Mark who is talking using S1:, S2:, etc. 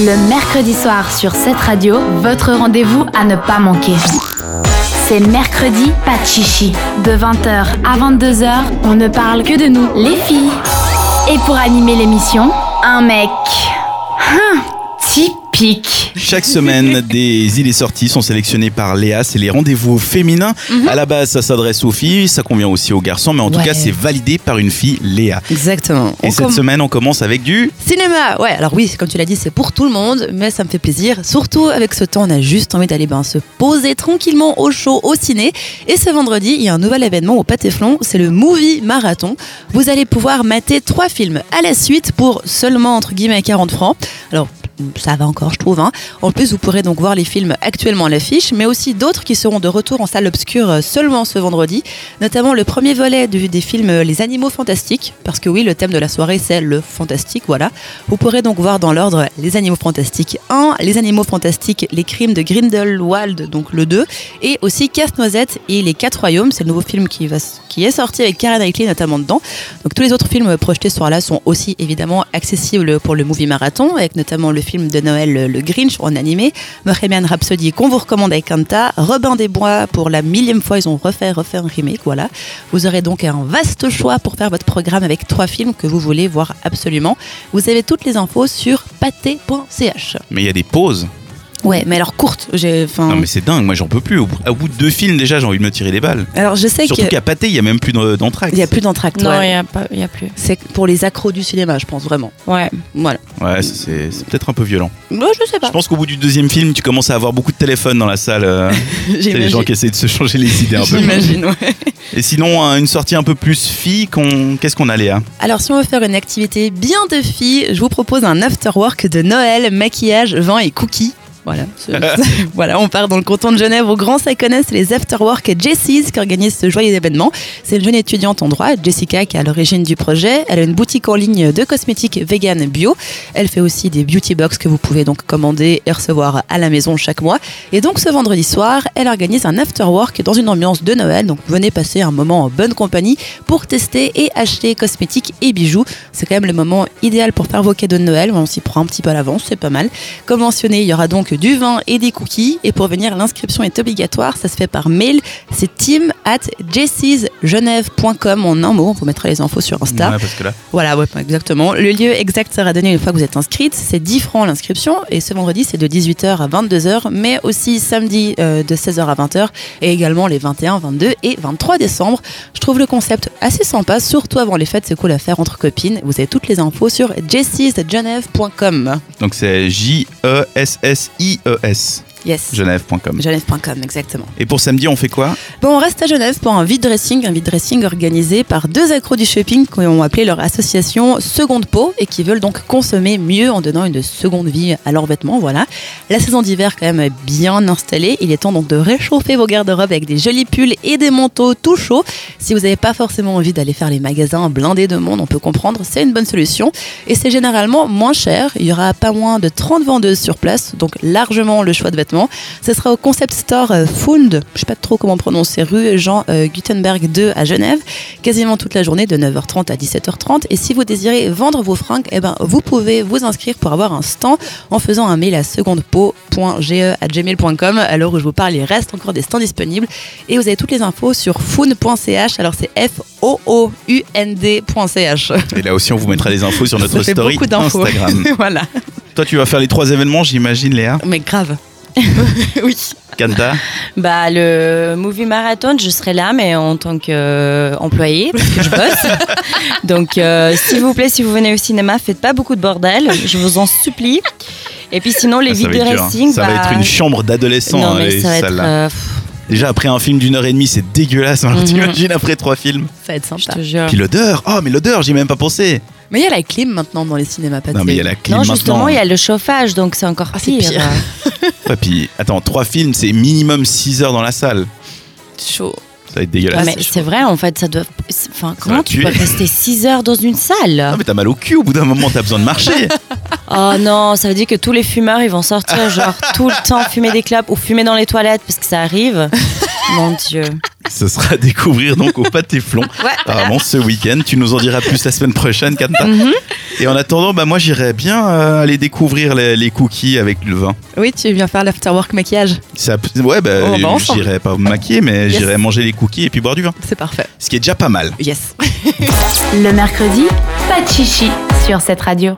S1: Le mercredi soir sur cette radio, votre rendez-vous à ne pas manquer. C'est mercredi, pas de chichi. De 20h à 22h, on ne parle que de nous, les filles. Et pour animer l'émission, un mec. Hum, typique.
S2: Chaque semaine, des îles et sorties sont sélectionnées par Léa. C'est les rendez-vous féminins. À la base, ça s'adresse aux filles, ça convient aussi aux garçons, mais en tout
S3: Mhm. Ouais.
S2: cas, c'est validé par une fille, Léa.
S3: Exactement.
S2: Et
S3: On
S2: cette
S3: com-
S2: semaine, on commence avec du.
S3: Cinéma, ouais, alors oui, comme tu l'as dit, c'est pour tout le monde, mais ça me fait plaisir. Surtout avec ce temps, on a juste envie d'aller ben, se poser tranquillement au chaud, au ciné. Et ce vendredi, il y a un nouvel événement au Pateflon, c'est le Movie Marathon. Vous allez pouvoir mater trois films à la suite pour seulement, entre guillemets, 40 francs. Alors, ça va encore, je trouve. hein. En plus, vous pourrez donc voir les films actuellement à l'affiche, mais aussi d'autres qui seront de retour en salle obscure euh, seulement ce vendredi, notamment le premier volet du- des films euh, Les Animaux Fantastiques, parce que oui, le thème de la soirée, c'est le fantastique, voilà. Vous pourrez donc voir dans l'ordre Les Animaux Fantastiques 1, Les Animaux Fantastiques, Les Crimes de Grindelwald, donc le 2, et aussi Casse-Noisette et Les Quatre Royaumes, c'est le nouveau film qui, va, s- qui est sorti avec Karen Knightley notamment dedans. Donc tous les autres films projetés ce soir-là sont aussi évidemment accessibles pour le Movie Marathon, avec notamment le film de Noël euh, Le Grinch en animé, Bohemian Rhapsody qu'on vous recommande avec Kanta, Robin des Bois pour la millième fois, ils ont refait, refait un remake, voilà. Vous aurez donc un vaste choix pour faire votre programme avec trois films que vous voulez voir absolument. Vous avez toutes les infos sur pâté.ch.
S2: Mais il y a des pauses.
S3: Ouais, mais alors courte, j'ai...
S2: Non,
S3: enfin
S2: mais c'est dingue. Moi, j'en peux plus. Au bout, au bout de deux films, déjà, j'ai envie de me tirer des balles.
S3: Alors je sais
S2: Surtout
S3: qu'il
S2: qu'à Pâté, il n'y a même plus d'en- d'entracte.
S3: n'y a plus d'entracte,
S4: Non, il
S3: ouais.
S4: n'y a, pas- y a plus.
S3: C'est pour les accros du cinéma, je pense, vraiment.
S4: Ouais.
S3: Voilà.
S2: Ouais, c'est- c'est c'est peut-être un peu violent.
S3: Moi, je sais
S2: Je
S3: pas.
S2: pense qu'au bout du deuxième film, tu commences à avoir beaucoup de téléphones dans la salle. euh, c'est les gens qui essaient de se changer les idées un peu.
S3: J'imagine, ouais.
S2: Et sinon, hein, une sortie un peu plus fille, qu'on- qu'est-ce qu'on a, Léa
S3: Alors, si on veut faire une activité bien de filles, je vous propose un afterwork de Noël, maquillage, vin et cookies. Voilà, c'est- c'est- voilà, on part dans le canton de Genève au Grand Saconnet, c'est les Afterwork Jessies qui organisent ce joyeux événement. C'est une jeune étudiante en droit, Jessica, qui est à l'origine du projet. Elle a une boutique en ligne de cosmétiques vegan bio. Elle fait aussi des beauty box que vous pouvez donc commander et recevoir à la maison chaque mois. Et donc ce vendredi soir, elle organise un afterwork dans une ambiance de Noël. Donc venez passer un moment en bonne compagnie pour tester et acheter cosmétiques et bijoux. C'est quand même le moment idéal pour faire vos cadeaux de Noël. On s'y prend un petit peu à l'avance, c'est pas mal. Comme mentionné, il y aura donc du vin et des cookies. Et pour venir, l'inscription est obligatoire. Ça se fait par mail. C'est team at jessesgenève.com en un mot. On vous mettra les infos sur Insta.
S2: Ouais, parce que là,
S3: Voilà, ouais, exactement. Le lieu exact sera donné une fois que vous êtes inscrite. C'est 10 francs l'inscription. Et ce vendredi, c'est de 18h à 22h, mais aussi samedi euh, de 16h à 20h. Et également les 21, 22 et 23 décembre. Je trouve le concept assez sympa, surtout avant les fêtes. C'est cool à faire entre copines. Vous avez toutes les infos sur jessisgenève.com.
S2: donc c'est E J-E-S-S-I-E-S,
S3: Yes.
S2: genève.com.
S3: Genève.com, exactement.
S2: Et pour samedi, on fait quoi
S3: Bon, on reste à Genève pour un vide dressing, un vide dressing organisé par deux accros du shopping qui ont appelé leur association Seconde Peau et qui veulent donc consommer mieux en donnant une seconde vie à leurs vêtements. Voilà. La saison d'hiver quand même est bien installée. Il est temps donc de réchauffer vos garde-robes avec des jolis pulls et des manteaux tout chauds. Si vous n'avez pas forcément envie d'aller faire les magasins blindés de monde, on peut comprendre, c'est une bonne solution. Et c'est généralement moins cher. Il y aura pas moins de 30 vendeuses sur place, donc largement le choix de vêtements. Ce sera au concept store euh, Fund, je sais pas trop comment prononcer, rue Jean euh, Gutenberg 2 à Genève, quasiment toute la journée de 9h30 à 17h30. Et si vous désirez vendre vos fringues, eh ben, vous pouvez vous inscrire pour avoir un stand en faisant un mail à secondepeau.ge@gmail.com. E À l'heure où je vous parle, il reste encore des stands disponibles. Et vous avez toutes les infos sur fund.ch. Alors c'est F-O-O-U-N-D.ch.
S2: Et là aussi, on vous mettra des infos sur notre
S3: Ça fait
S2: story
S3: beaucoup d'infos.
S2: Instagram.
S3: voilà.
S2: Toi, tu vas faire les trois événements, j'imagine, Léa.
S3: Mais grave. oui.
S2: Kanta,
S4: Bah, le movie marathon, je serai là, mais en tant qu'employé, parce que je bosse. Donc, euh, s'il vous plaît, si vous venez au cinéma, faites pas beaucoup de bordel. Je vous en supplie. Et puis, sinon, les
S2: Ah, ça va
S4: vidéos
S2: être dur, hein.
S4: racing.
S2: Ça va
S4: bah,
S2: être une chambre d'adolescents,
S4: Non,
S2: hein,
S4: mais
S2: les
S4: ça va être.
S2: salles-là.
S4: euh, pff,
S2: Déjà, après un film d'une heure et demie, c'est dégueulasse. Alors,
S4: Mhm.
S2: T'imagines après trois films
S3: Ça va être
S4: je
S3: sympa.
S4: te jure.
S2: Puis l'odeur, oh, mais l'odeur, j'y ai même pas pensé.
S3: Mais il y a la clim maintenant dans les cinémas. Pas de
S2: Non, mais il y a la
S3: télé.
S2: clim
S4: Bah, Non,
S2: maintenant. hein.
S4: justement, il y a le chauffage, donc c'est encore
S3: Ah, c'est
S4: pire.
S3: pire.
S2: Ouais, puis, attends, trois films, c'est minimum 6 heures dans la salle.
S3: chaud.
S2: Ça va être
S4: Ouais,
S2: dégueulasse.
S4: mais c'est vrai, en fait, ça doit. c'est- Enfin,
S2: va
S4: comment tu
S2: tuer.
S4: peux rester 6 heures dans une salle
S2: Non, Ah, mais t'as mal au cul, au bout d'un moment, t'as besoin de marcher.
S4: Oh non, ça veut dire que tous les fumeurs, ils vont sortir, genre, tout le temps fumer des clopes ou fumer dans les toilettes, parce que ça arrive. Mon Dieu.
S2: Ce sera à découvrir donc au Patéflon. Apparemment ce week-end. Tu nous en diras plus la semaine prochaine, Kanta.
S4: Mhm.
S2: Et en attendant, bah moi j'irais bien euh, aller découvrir les, les cookies avec le vin.
S3: Oui, tu viens faire l'afterwork maquillage.
S2: Ça, ouais, bah,
S3: Oh, on va ensemble.
S2: j'irais pas me maquiller, mais
S3: Yes.
S2: j'irais manger les cookies et puis boire du vin.
S3: C'est parfait.
S2: Ce qui est déjà pas mal.
S3: Yes.
S1: Le mercredi, pas de chichi sur cette radio.